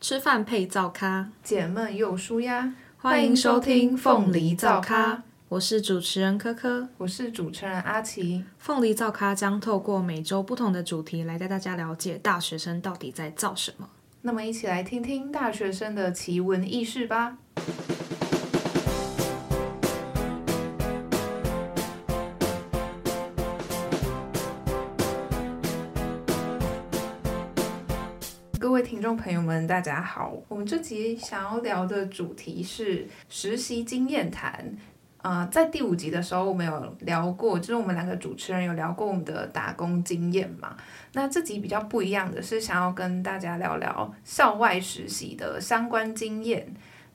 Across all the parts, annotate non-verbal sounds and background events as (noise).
吃饭配造咖，解闷又舒压。欢迎收听凤梨造咖，我是主持人科科。我是主持人阿奇。凤梨造咖将透过每周不同的主题来带大家了解大学生到底在造什么。那么一起来听听大学生的奇闻异事吧。各位听众朋友们，大家好。我们这集想要聊的主题是实习经验谈。呃，在第五集的时候，我们有聊过，就是我们两个主持人有聊过我们的打工经验嘛。那这集比较不一样的是，想要跟大家聊聊校外实习的相关经验。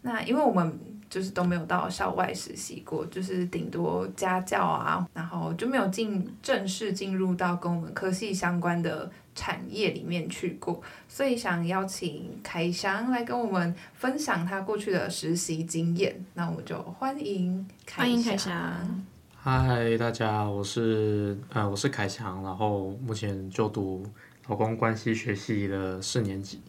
那因为我们就是都没有到校外实习过，就是顶多家教啊，然后就没有进正式进入到跟我们科系相关的产业里面去过，所以想邀请凯翔来跟我们分享他过去的实习经验。那我们就欢迎凯欢迎凯翔翔。嗨，大家，我是呃，我是凯强，然后目前就读劳工关系学系的四年级，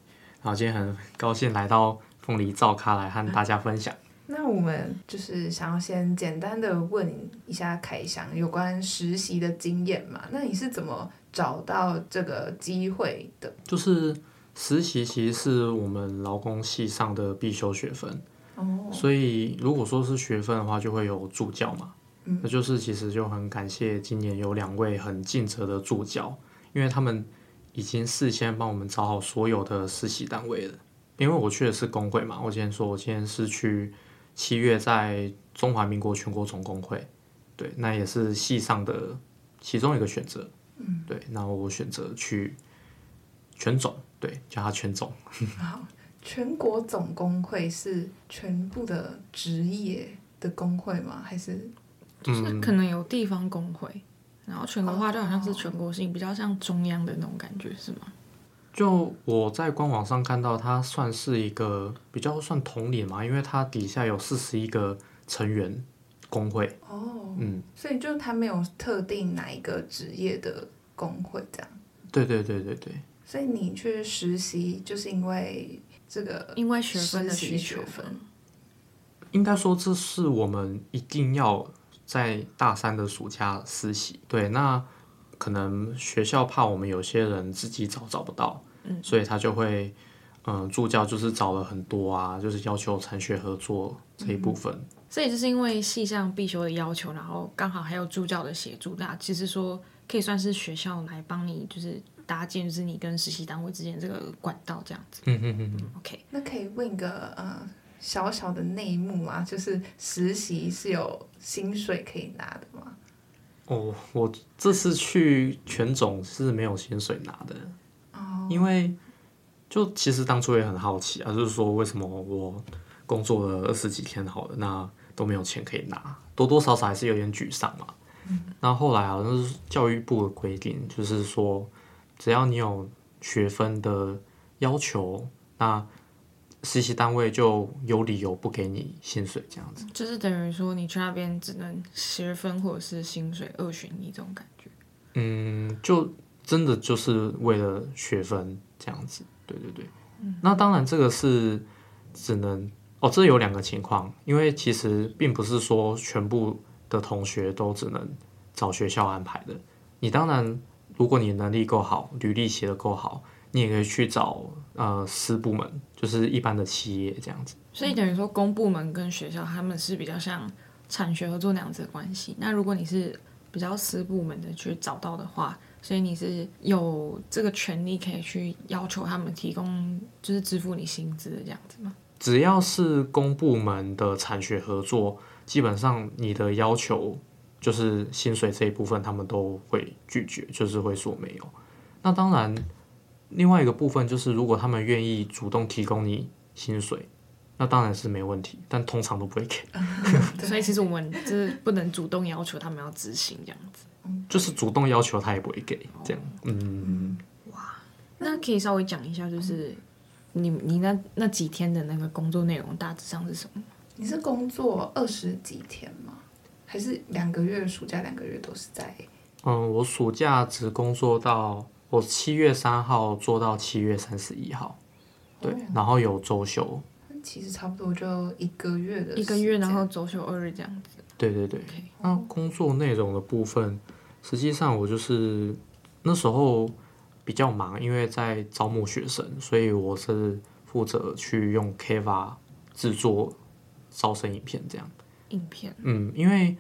然后今天很高兴来到凤梨造咖来和大家分享。那我们就是想要先简单的问一下凯翔有关实习的经验嘛？那你是怎么找到这个机会的？就是实习其实是我们劳工系上的必修学分，哦，所以如果说是学分的话，就会有助教嘛。那就是其实就很感谢今年有两位很尽责的助教，因为他们已经事先帮我们找好所有的实习单位了。因为我去的是工会嘛，我今天说我今天是去七月在中华民国全国总工会，对，那也是系上的其中一个选择。嗯，对，然后我选择去全总，对，叫他全总。全国总工会是全部的职业的工会吗？还是就是可能有地方工会，然后全国化就好像是全国性，比较像中央的那种感觉，是吗？就我在官网上看到，它算是一个比较算统领嘛，因为它底下有四十一个成员工会，哦，嗯，所以就他没有特定哪一个职业的工会这样。对对对对对，所以你去实习就是因为这个因为学分的实习需学求分，应该说这是我们一定要在大三的暑假实习。对，那可能学校怕我们有些人自己找找不到，嗯、所以他就会，嗯、助教就是找了很多啊，就是要求产学合作这一部分。所以就是因为系上必修的要求，然后刚好还有助教的协助，那其实说可以算是学校来帮你就是搭建，就是你跟实习单位之间这个管道这样子。嗯哼哼哼， OK，那可以问一个呃小小的内幕吗？就是实习是有薪水可以拿的吗？哦，我这次去全总是没有薪水拿的，哦，因为就其实当初也很好奇啊，就是说为什么我工作了二十几天好了，那都没有钱可以拿，多多少少还是有点沮丧嘛。那后来好像是教育部的规定，就是说只要你有学分的要求，那实习单位就有理由不给你薪水这样子。就是等于说你去那边只能学分或者是薪水二选一这种感觉。嗯，就真的就是为了学分这样子，对对对。那当然，这个是只能哦，这有两个情况，因为其实并不是说全部的同学都只能找学校安排的。你当然，如果你能力够好，履历写的够好，你也可以去找呃私部门，就是一般的企业这样子。所以等于说，公部门跟学校他们是比较像产学合作那样子的关系。那如果你是比较私部门的去找到的话，所以你是有这个权利可以去要求他们提供，就是支付你薪资的这样子 (laughs) 吗？只要是公部门的产学合作，基本上你的要求就是薪水这一部分，他们都会拒绝，就是会说没有。那当然，另外一个部分就是，如果他们愿意主动提供你薪水，那当然是没问题，但通常都不会给， (laughs) 嗯所以其实我们就是不能主动要求他们要执行这样子。就是主动要求他也不会给，这样，嗯，那可以稍微讲一下，就是你你那那几天的那个工作内容大致上是什么？你是工作二十几天吗？还是两个月暑假两个月都是在？嗯，我暑假只工作到我七月三号做到七月三十一号，对，哦然后有周休，那其实差不多就一个月的一个时月，间然后周休二日这样子。对对对 OK。那工作内容的部分，实际上我就是那时候比较忙，因为在招募学生，所以我是负责去用 Canva 制作招生影片这样。影片嗯，因为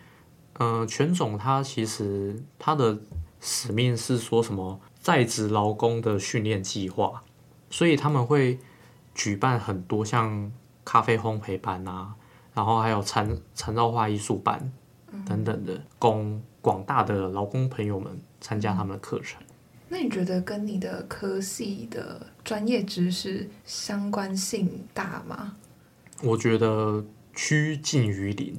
呃，全总他其实他的使命是说什么在职劳工的训练计划，所以他们会举办很多像咖啡烘焙班啊，然后还有缠缠绕画艺术班等等的，供广大的劳工朋友们参加他们的课程。那你觉得跟你的科系的专业知识相关性大吗？我觉得趋近于零，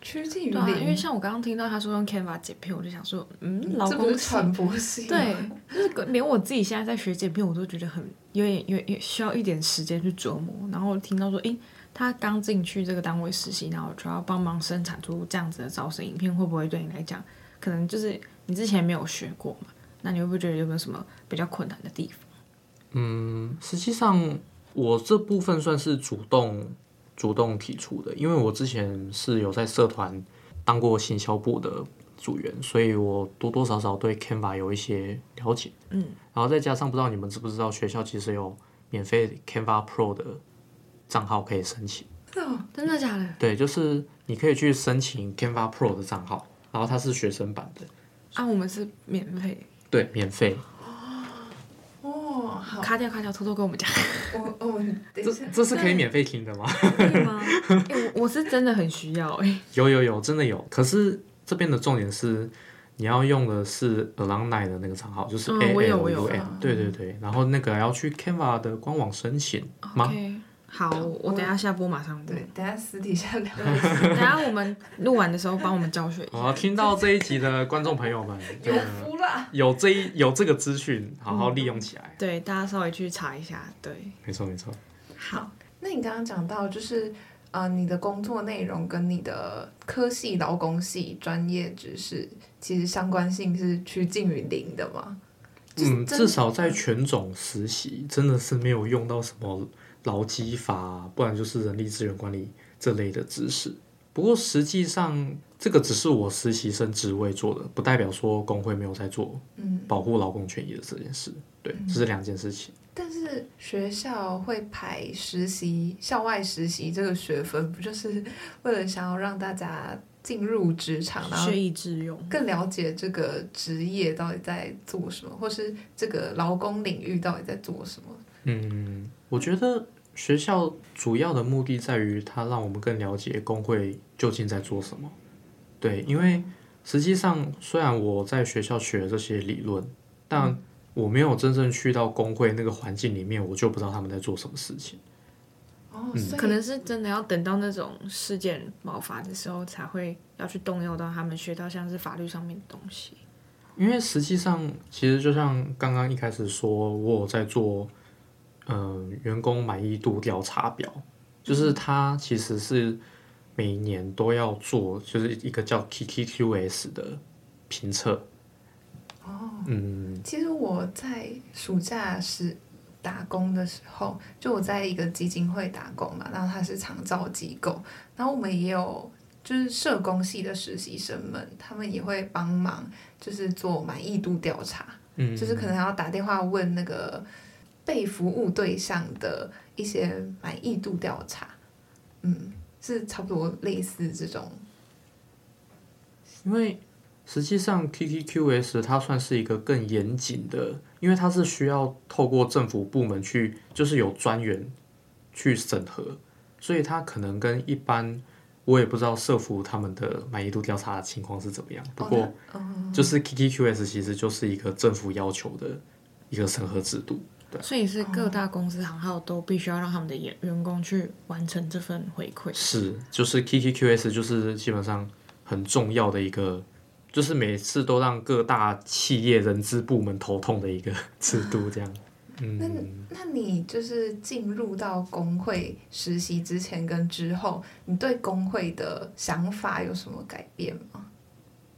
趋近于对啊，因为零，像我刚刚听到他说用 Canva 剪片，我就想说，嗯，老这不公是传播系吗对，就是连我自己现在在学剪片，我都觉得很有点、有有需要一点时间去琢磨。然后听到说，诶、他刚进去这个单位实习，然后就要帮忙生产出这样子的招生影片，会不会对你来讲，可能就是你之前没有学过嘛？那你会不会觉得有没有什么比较困难的地方？实际上，我这部分算是主动主动提出的，因为我之前是有在社团当过行销部的组员，所以我多多少少对 Canva 有一些了解。嗯，然后再加上不知道你们知不知道，学校其实有免费 Canva Pro 的账号可以申请。真的哦真的假的？对，就是你可以去申请 Canva Pro 的账号，然后它是学生版的，啊，我们是免费，对，免费。 (laughs) 哦，好，卡掉卡掉，偷偷跟我们讲 (laughs) 我哦我等这一下，这是可以免费听的吗？可以吗？诶我我是真的很需要诶。有有有，真的有。可是这边的重点是，你要用的是 alumni 的那个账号，就是嗯 A 我 L 有我有 U M，对对对。然后那个要去 Canva 的官网申请吗？ OK，好，我等一下下播马上播。啊对，等一下私底下聊。 (laughs) 等一下我们录完的时候帮我们教学一下。 (laughs) 好，听到这一集的观众朋友们，有呃福啦！有这一有这个资讯，好好利用起来。对，大家稍微去查一下。对，没错没错，好，那你刚刚讲到就是，呃，你的工作内容跟你的科系、劳工系专业知识，其实相关性是趋近于零的吗？就是嗯，真至少在全种实习真的是没有用到什么劳基法啊，不然就是人力资源管理这类的知识。不过实际上，这个只是我实习生职位做的，不代表说工会没有在做嗯，保护劳工权益的这件事。对，这是两件事情。但是学校会排实习、校外实习这个学分，不就是为了想要让大家进入职场，然后学以致用。更了解这个职业到底在做什么，或是这个劳工领域到底在做什么？嗯，我觉得学校主要的目的在于它让我们更了解工会究竟在做什么。对，因为实际上虽然我在学校学这些理论，但我没有真正去到工会那个环境里面，我就不知道他们在做什么事情。嗯哦，所以可能是真的要等到那种事件爆发的时候，才会要去动用到他们学到像是法律上面的东西。因为实际上，其实就像刚刚一开始说，我有在做，呃，员工满意度调查表，就是它其实是每年都要做，就是一个叫 KKQS 的评测。哦，嗯，其实我在暑假时打工的时候，就我在一个基金会打工嘛，然后它是长照机构，然后我们也有就是社工系的实习生们，他们也会帮忙，就是做满意度调查，嗯就是可能要打电话问那个被服务对象的一些满意度调查，嗯，是差不多类似这种，因为实际上 KTQS 它算是一个更严谨的，因为它是需要透过政府部门去，就是有专员去审核，所以它可能跟一般我也不知道社服他们的满意度调查的情况是怎么样。不过哦，那嗯，就是 KTQS 其实就是一个政府要求的一个审核制度。所以是哦各大公司行号都必须要让他们的员员工去完成这份回馈。是，就是 KKQS 就是基本上很重要的一个，就是每次都让各大企业人资部门头痛的一个制度，这样。那嗯，那你就是进入到工会实习之前跟之后，你对工会的想法有什么改变吗？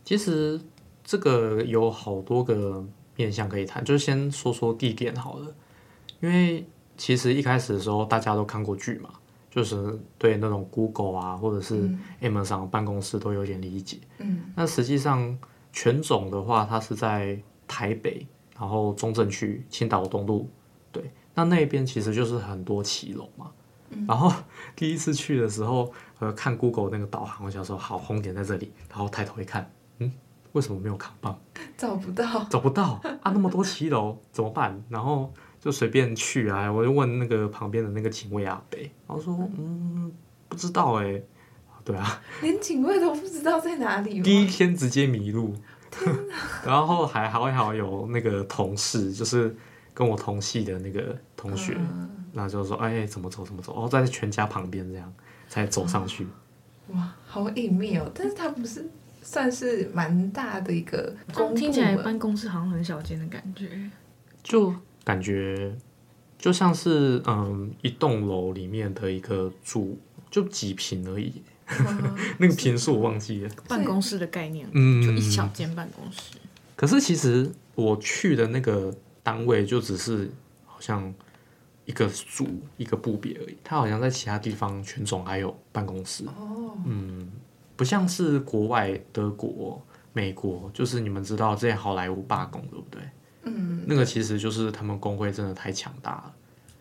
其实这个有好多个面向可以谈，就先说说地点好了，因为其实一开始的时候大家都看过剧嘛，就是对那种 Google 啊或者是 Amazon 的办公室都有点理解。嗯那实际上全总的话，它是在台北，然后中正区青岛东路，对，那那边其实就是很多骑楼嘛。然后 (laughs) 第一次去的时候，呃，看 Google 那个导航，我想说好红点在这里，然后抬头一看，嗯，为什么没有扛棒？找不到，找不到啊，那么多骑楼怎么办？然后就随便去啊，我就问那个旁边的那个警卫阿北，然后说嗯不知道哎、对啊，连警卫都不知道在哪里啊吗？第一天直接迷路，然后还还好有那个同事，就是跟我同系的那个同学，嗯那就说哎怎么走怎么走，哦在全家旁边这样才走上去，嗯哇，好隐秘哦！但是它不是算是蛮大的一个公部听起来门，办公室好像很小间的感觉。就感觉就像是嗯一栋楼里面的一个住就几平而已。哇那个频数我忘记了。办公室的概念，嗯就一小间办公室。可是其实我去的那个单位就只是好像一个组一个部别而已，它好像在其他地方全总还有办公室，哦，嗯不像是国外德国、美国，就是你们知道之前好莱坞罢工对不对？嗯，那个其实就是他们工会真的太强大了，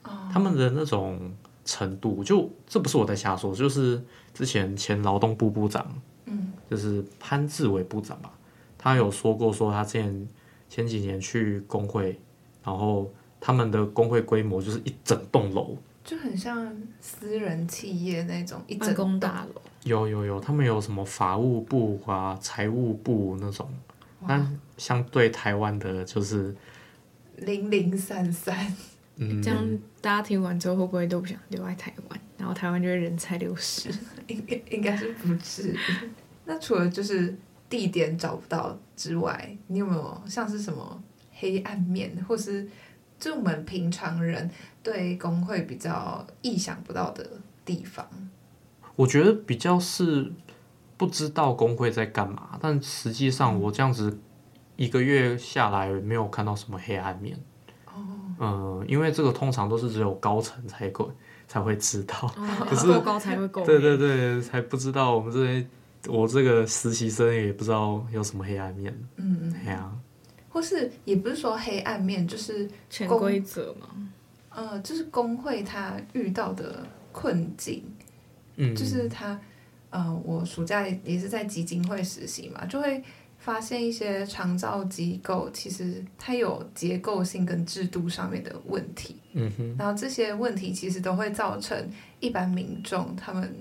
哦他们的那种程度，就这不是我在瞎说，就是之前前劳动部部长，嗯，就是潘志伟部长吧，他有说过说他之前前几年去工会，然后他们的工会规模就是一整栋楼，就很像私人企业那种一办整公大楼，有有有，他们有什么法务部啊、财务部那种，那相对台湾的就是零零散散，嗯这样大家听完之后会不会都不想留在台湾？然后台湾就会人才流失。应该应该是不至于。那除了就是地点找不到之外，你有没有像是什么黑暗面，或是就我们平常人对工会比较意想不到的地方？我觉得比较是不知道工会在干嘛，但实际上我这样子一个月下来没有看到什么黑暗面。哦，嗯，因为这个通常都是只有高层才会才会知道，可是够高才会够。对对对，才不知道我们这些我这个实习生也不知道有什么黑暗面。嗯，哎呀、或是也不是说黑暗面，就是潜规则嘛，呃，就是工会他遇到的困境，嗯，就是他呃，我暑假也是在基金会实习嘛，就会发现一些长照机构其实它有结构性跟制度上面的问题，嗯哼，然后这些问题其实都会造成一般民众他们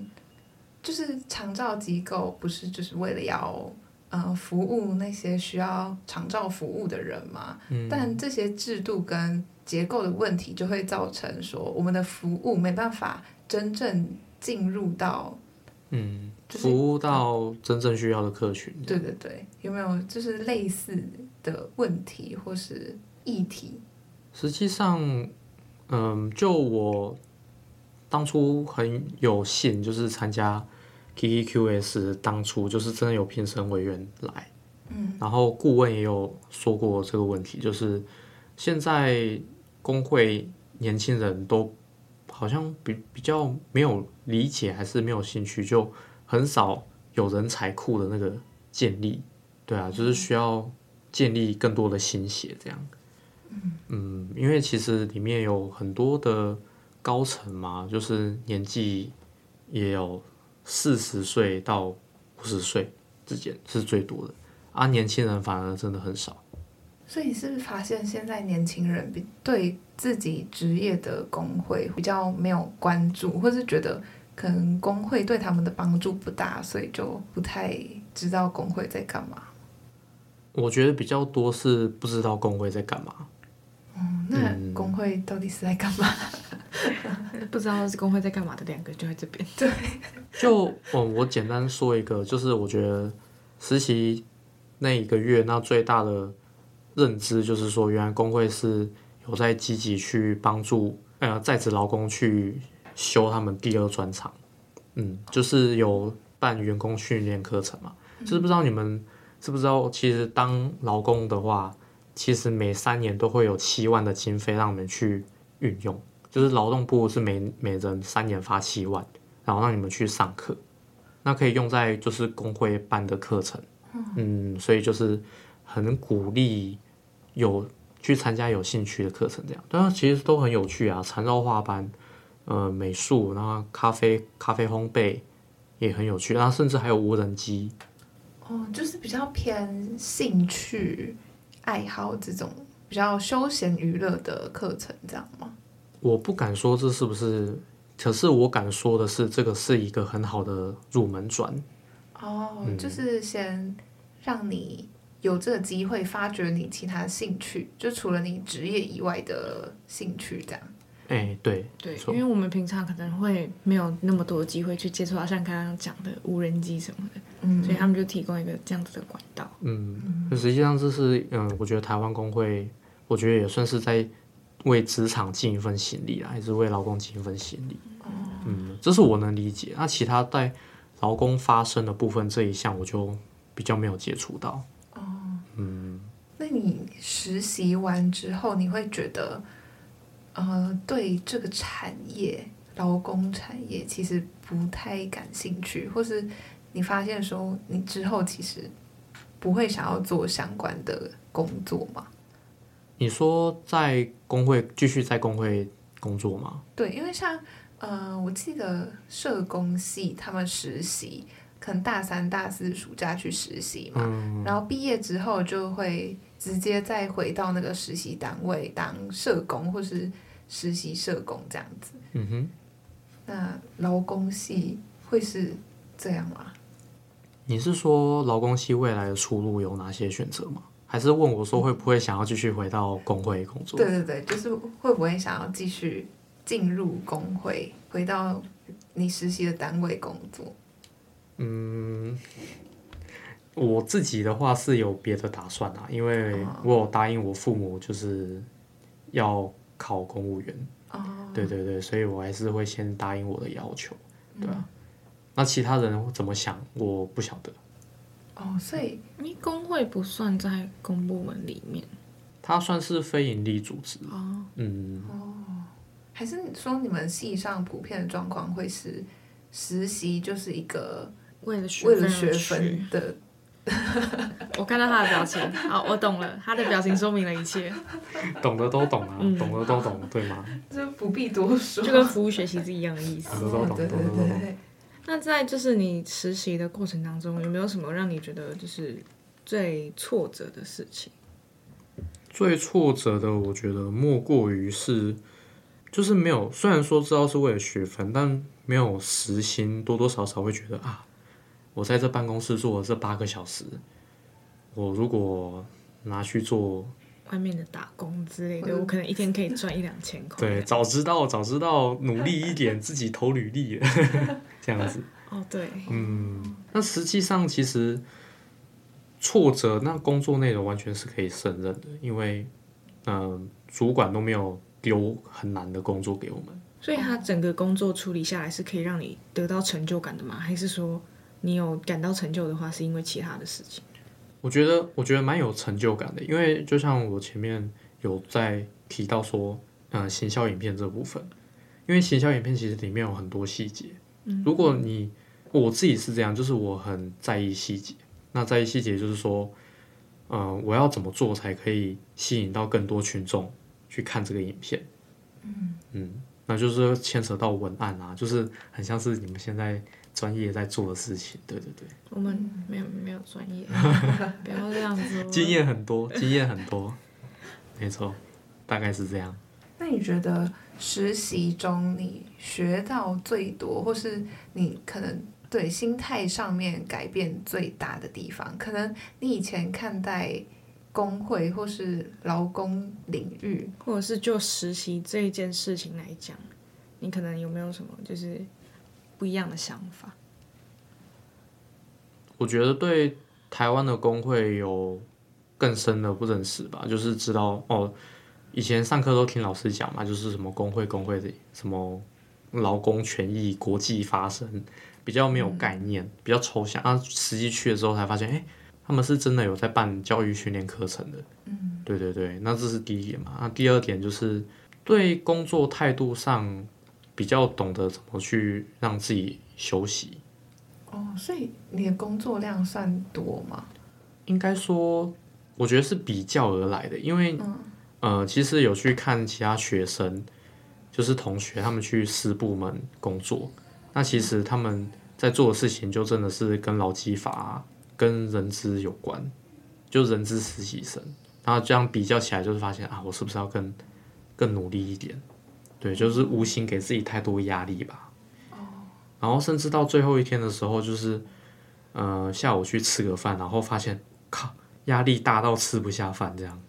就是长照机构不是就是为了要呃服务那些需要长照服务的人嘛，嗯但这些制度跟结构的问题就会造成说我们的服务没办法真正进入到嗯，就是服务到真正需要的客群。对对对，有没有就是类似的问题或是议题？实际上，嗯，就我当初很有幸，就是参加 KKQS，当初就是真的有评审委员来，嗯，然后顾问也有说过这个问题，就是现在工会年轻人都好像比比较没有理解，还是没有兴趣，就很少有人才库的那个建立，对啊，就是需要建立更多的心血这样。嗯，因为其实里面有很多的高层嘛，就是年纪也有四十岁到五十岁之间是最多的，啊，年轻人反而真的很少。所以你是不是发现现在年轻人比对自己职业的工会比较没有关注，或是觉得可能工会对他们的帮助不大，所以就不太知道工会在干嘛？我觉得比较多是不知道工会在干嘛，嗯，那工会到底是在干嘛？不知道是工会在干嘛的两个就在这边。 (laughs) 就我我简单说一个，就是我觉得实习那一个月，那最大的认知就是说，原来工会是有在积极去帮助呃在职劳工去修他们第二专长，嗯，就是有办员工训练课程嘛，就是不知道你们知不知道，其实当劳工的话，其实每三年都会有七万的经费让你们去运用，就是劳动部是每每人三年发七万，然后让你们去上课，那可以用在就是工会办的课程，嗯，所以就是很鼓励有去参加有兴趣的课程这样，但是其实都很有趣啊，缠绕画班，呃，美术，然后咖啡咖啡烘焙也很有趣，然后甚至还有无人机，哦，就是比较偏兴趣爱好这种比较休闲娱乐的课程，这样吗？我不敢说这是不是，可是我敢说的是，这个是一个很好的入门砖。哦，就是先让你有这个机会发掘你其他兴趣，就除了你职业以外的兴趣，这样。哎、对，对没，错因为我们平常可能会没有那么多的机会去接触到像刚刚讲的无人机什么的，嗯所以他们就提供一个这样子的管道。嗯，就实际上这是，嗯，我觉得台湾工会，我觉得也算是在为职场尽一份心力啊，也是为劳工尽一份心力。嗯，这是我能理解。那其他在劳工发声的部分这一项，我就比较没有接触到。那你实习完之后，你会觉得，呃，对这个产业，劳工产业其实不太感兴趣，或是你发现说你之后其实不会想要做相关的工作吗？你说在工会继续在工会工作吗？对，因为像呃，我记得社工系他们实习，可能大三、大四暑假去实习嘛，然后毕业之后就会直接再回到那个实习单位当社工或是实习社工这样子。嗯哼。那劳工系会是这样吗？你是说劳工系未来的出路有哪些选择吗？还是问我说会不会想要继续回到工会工作？对对对，就是会不会想要继续进入工会，回到你实习的单位工作？我自己的话是有别的打算啊，因为我有答应我父母就是要考公务员，哦，对对对，所以我还是会先答应我的要求，对啊。那其他人怎么想，我不晓得。哦，所以因为工会不算在公部门里面他算是非营利组织，哦，嗯，还是你说你们系上普遍的状况会是实习就是一个为了学为了而学学分 (laughs) 的？我看到他的表情，好，我懂了，他的表情说明了一切，懂的都懂啊，嗯懂的都懂，对吗？这不必多说。就跟服务学习是一样的意思。懂啊得都懂，对懂对得都懂。对，那在就是你实习的过程当中，有没有什么让你觉得就是最挫折的事情？最挫折的，我觉得莫过于是，就是没有，虽然说知道是为了学分，但没有实薪，多多少少会觉得啊，我在这办公室做了这八个小时，我如果拿去做，外面的打工之类的，嗯我可能一天可以赚一两千块。 (laughs) 对，早知道早知道努力一点， (laughs) 自己投履历，这样子。哦对，嗯，那实际上其实挫折，那工作内容完全是可以胜任的，因为嗯、呃主管都没有丢很难的工作给我们。所以他整个工作处理下来是可以让你得到成就感的吗？还是说你有感到成就的话，是因为其他的事情？我觉得我觉得蛮有成就感的，因为就像我前面有在提到说，嗯、行销影片这部分，因为行销影片其实里面有很多细节。嗯如果你我自己是这样，就是我很在意细节。那在意细节就是说，呃，我要怎么做才可以吸引到更多群众去看这个影片？嗯那就是牵扯到文案啊，就是很像是你们现在专业在做的事情。对对对。我们没有没有专 (laughs) 业，不要这样子。经验很多，经验很多，没错，大概是这样。那你觉得实习中你学到最多，或是你可能对心态上面改变最大的地方，可能你以前看待工会或是劳工领域，或者是就实习这一件事情来讲，你可能有没有什么就是不一样的想法？我觉得对台湾的工会有更深的不认识吧，就是知道哦，以前上课都听老师讲嘛，就是什么工会工会的什么劳工权益国际发声，比较没有概念，比较抽象。啊，实际去的时候才发现，哎、他们是真的有啊在办教育训练课程的。嗯，对对对，那这是第一点嘛。那第二点就是对工作态度上比较懂得怎么去让自己休息。哦，所以你的工作量算多吗？应该说，我觉得是比较而来的，因为、呃，其实有去看其他学生，就是同学他们去私部门工作，那其实他们在做的事情就真的是跟劳基法啊、跟人资有关，就人资实习生，然后这样比较起来，就是发现啊，我是不是要更更努力一点？对，就是无形给自己太多压力吧。然后甚至到最后一天的时候，就是呃下午去吃个饭，然后发现靠压力大到吃不下饭这样。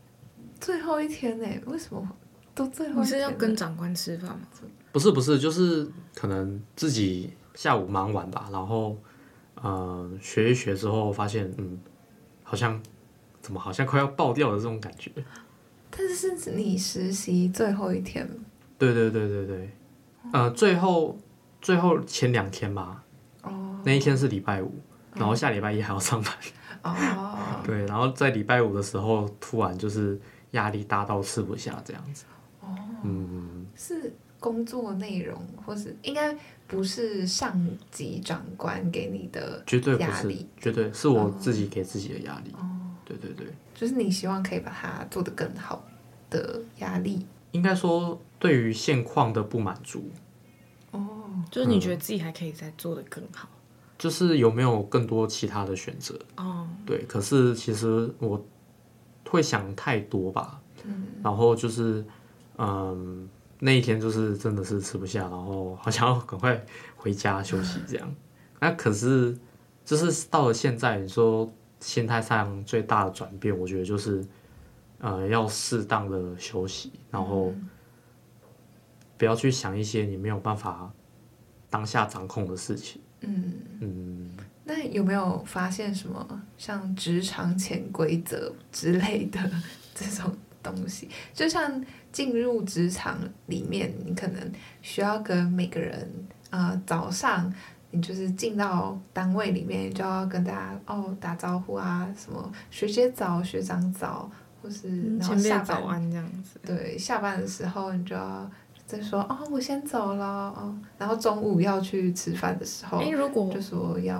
最后一天呢、为什么都最后你一天是了？要跟长官吃饭吗？不是不是，就是可能自己下午忙完吧，然后呃学一学之后发现，嗯，好像怎么好像快要爆掉的这种感觉。但是是你实习最后一天对对对对对，呃，最后最后前两天吧，哦那一天是礼拜五，然后下礼拜一还要上班。哦， (laughs) 对，然后在礼拜五的时候突然就是压力大到吃不下这样子。哦，嗯，是工作内容，或是应该不是上级长官给你的，绝对不压是力，哦绝对是我自己给自己的压力。对对对。就是你希望可以把它做得更好的压力应该说对于现况的不满足，哦，就是你觉得自己还可以再做得更好就是有没有更多其他的选择？哦，对，可是其实我会想太多吧，然后就是嗯，那一天就是真的是吃不下，然后好想要赶快回家休息这样。那可是就是到了现在，你说心态上最大的转变，我觉得就是呃要适当的休息，然后不要去想一些你没有办法当下掌控的事情。嗯，嗯，那有没有发现什么像职场潜规则之类的这种东西？ (laughs) 就像进入职场里面，你可能需要跟每个人，呃，早上你就是进到单位里面就要跟大家哦打招呼啊，什么学姐早、学长早，或是然后嗯前辈下班早安这样子，对，下班的时候你就要再说哦，我先走了哦，然后中午要去吃饭的时候，哎、如果哦就说要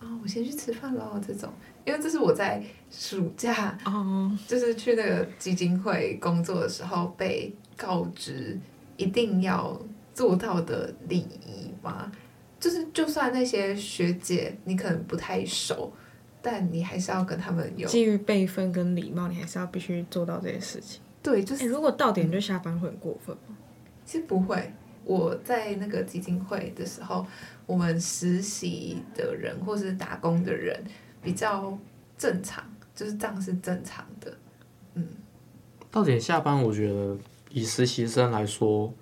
啊、我先去吃饭喽这种，因为这是我在暑假哦，就是去那个基金会工作的时候被告知一定要做到的礼仪嘛，就是就算那些学姐你可能不太熟，但你还是要跟他们有基于辈分跟礼貌，你还是要必须做到这些事情。对，就是嗯哎、如果到点就下班会很过分吗？其实不会，我在那个基金会的时候，我们实习的人或是打工的人比较正常，就是这样是正常的。到点下班，我觉得以实习生来说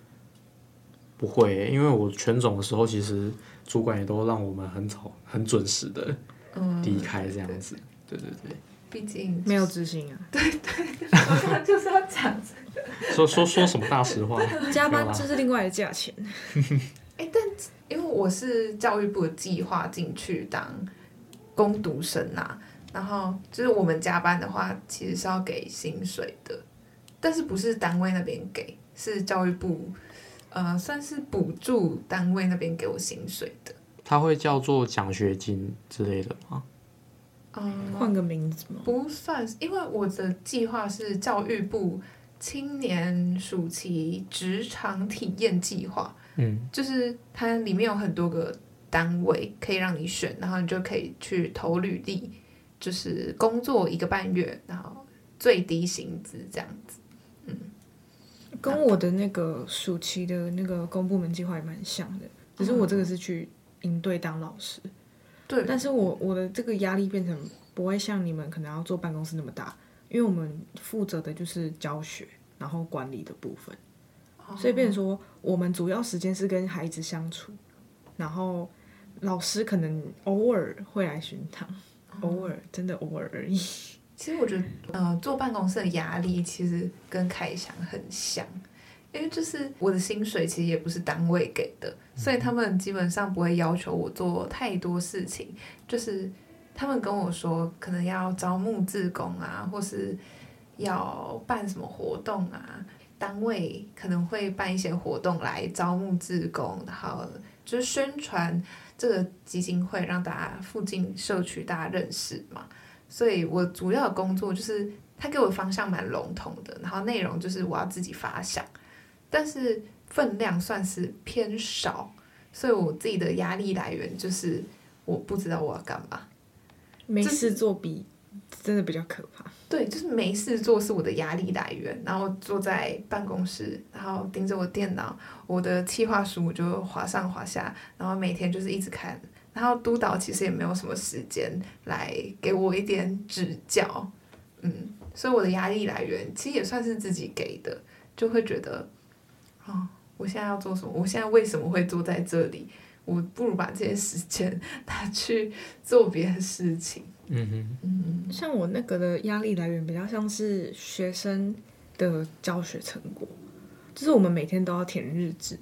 不会耶、因为我全总的时候，其实主管也都让我们很早、很准时的嗯，离开这样子。对对对，毕竟没有执行啊，我刚刚 (laughs) 就是要讲这个，说说说什么大实话？ (laughs) 加没有班啦这是另外的价钱。因为我是教育部的计划进去当工读生啊，然后就是我们加班的话，其实是要给薪水的，但是不是单位那边给，是教育部，呃，算是补助单位那边给我薪水的。它会叫做奖学金之类的吗？嗯，换个名字吗？不算是，因为我的计划是教育部青年暑期职场体验计划，嗯，就是它里面有很多个单位可以让你选，然后你就可以去投履历，就是工作一个半月，然后最低薪资这样子。跟我的那个暑期的那个公部门计划也蛮像的，只是我这个是去营队当老师，对，但是我我的这个压力变成不会像你们可能要坐办公室那么大，因为我们负责的就是教学，然后管理的部分，哦所以变成说我们主要时间是跟孩子相处，然后老师可能偶尔会来巡堂，偶尔真的偶尔而已。其实我觉得，呃，坐办公室的压力其实跟凯翔很像，因为就是我的薪水其实也不是单位给的，所以他们基本上不会要求我做太多事情。就是他们跟我说，可能要招募志工啊，或是要办什么活动啊，单位可能会办一些活动来招募志工，然后就是宣传这个基金会，让大家附近社区大家认识嘛。所以我主要的工作就是他给我的方向蛮笼统的，然后内容就是我要自己发想，但是分量算是偏少，所以我自己的压力来源就是我不知道我要干嘛。没事做比真的比较可怕。对，就是没事做是我的压力来源，然后坐在办公室，然后盯着我电脑，我的企划书我就划上划下，然后每天就是一直看，然后督导其实也没有什么时间来给我一点指教，嗯，所以我的压力来源其实也算是自己给的，就会觉得，哦，我现在要做什么？我现在为什么会坐在这里？我不如把这些时间 (laughs) 拿去做别的事情。嗯哼，像我那个的压力来源比较像是学生的教学成果，就是我们每天都要填日志，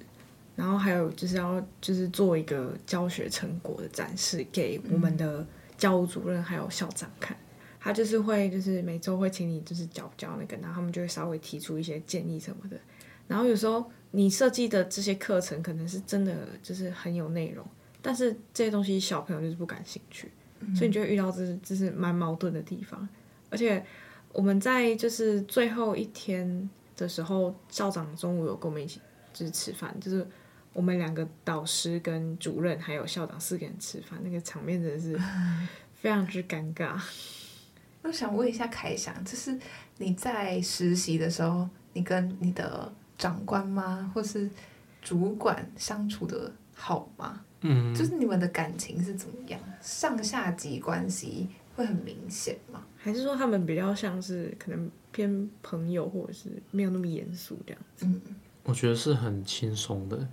然后还有就是要就是做一个教学成果的展示给我们的教务主任还有校长看。他就是会，就是每周会请你就是交交那个，然后他们就会稍微提出一些建议什么的。然后有时候你设计的这些课程可能是真的就是很有内容，但是这些东西小朋友就是不感兴趣。所以你就会遇到这就是蛮矛盾的地方。而且我们在就是最后一天的时候，校长中午有跟我们一起就是吃饭，就是我们两个导师跟主任还有校长四个人吃饭，那个场面真的是非常之尴尬。那我想问一下凯翔，就是你在实习的时候，你跟你的长官吗，或是主管相处的好吗？嗯，就是你们的感情是怎么样？上下级关系会很明显吗？还是说他们比较像是可能偏朋友，或者是没有那么严肃这样？我觉得是很轻松的，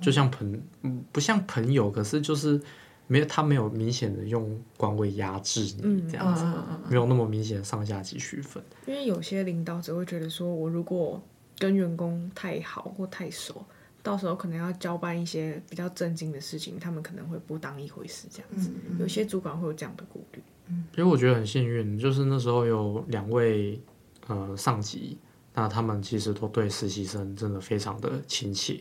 就像朋，嗯不像朋友，可是就是没有他没有明显的用官位压制你嗯这样嗯子，嗯嗯没有那么明显的上下级区分。因为有些领导者会觉得说，我如果跟员工太好或太熟，到时候可能要交办一些比较震惊的事情，他们可能会不当一回事这样子。嗯嗯有些主管会有这样的顾虑。其实我觉得很幸运，就是那时候有两位呃上级，那他们其实都对实习生真的非常的亲切，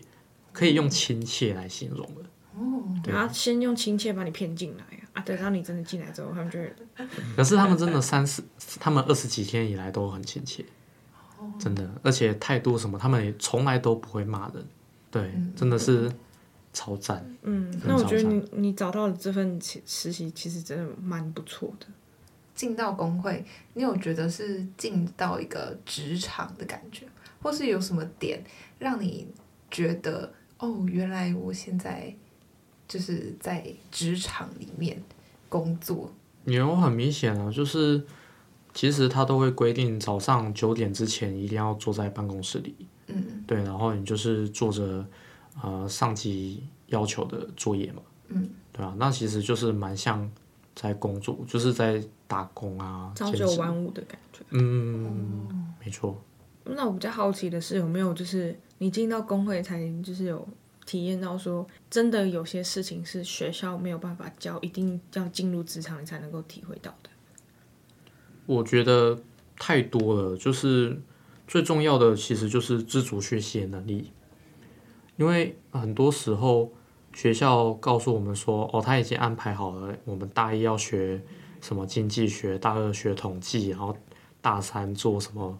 可以用亲切来形容了。哦，对然后先用亲切把你骗进来啊，啊，等到你真的进来之后，他们就会可是他们 (laughs) 真的三十，他们二十几天以来都很亲切，真的，而且态度什么，他们也从来都不会骂人，嗯对，真的是超赞。嗯，很那我少觉得上你你找到的这份实实习其实真的蛮不错的。进到工会，你有觉得是进到一个职场的感觉，或是有什么点让你觉得哦，原来我现在就是在职场里面工作？有很明显啊，就是其实他都会规定早上九点之前一定要坐在办公室里，嗯对，然后你就是做着呃上级要求的作业嘛，嗯，对啊，那其实就是蛮像在工作，就是在打工啊，朝兼九职晚五的感觉。嗯，没错，那我比较好奇的是，有没有就是你进到工会才就是有体验到说，真的有些事情是学校没有办法教，一定要进入职场你才能够体会到的。我觉得太多了，就是最重要的其实就是自主学习的能力，因为很多时候学校告诉我们说，哦，他已经安排好了，我们大一要学什么经济学，大二学统计，然后大三做什么，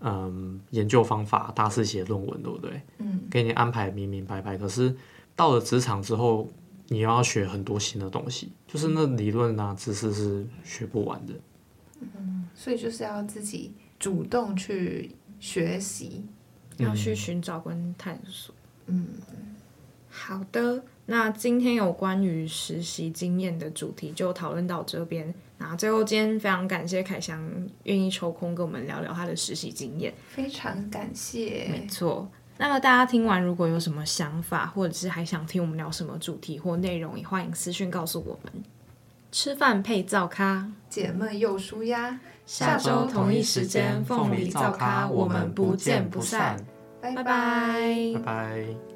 嗯，研究方法，大四写论文，对不对？嗯，给你安排明明白白，可是到了职场之后，你又要学很多新的东西，就是那理论啊知识是学不完的。所以就是要自己主动去学习。要去寻找跟探索。嗯，好的，那今天有关于实习经验的主题就讨论到这边。那最后今天非常感谢凯翔愿意抽空跟我们聊聊他的实习经验。非常感谢没。错。那么大家听完，如果有什么想法，或者是还想听我们聊什么主题或内容，也欢迎私讯告诉我们。吃饭配造咖，姐妹又舒压，下周同一时间，凤梨造咖，我们不见不散。拜拜拜拜拜。拜。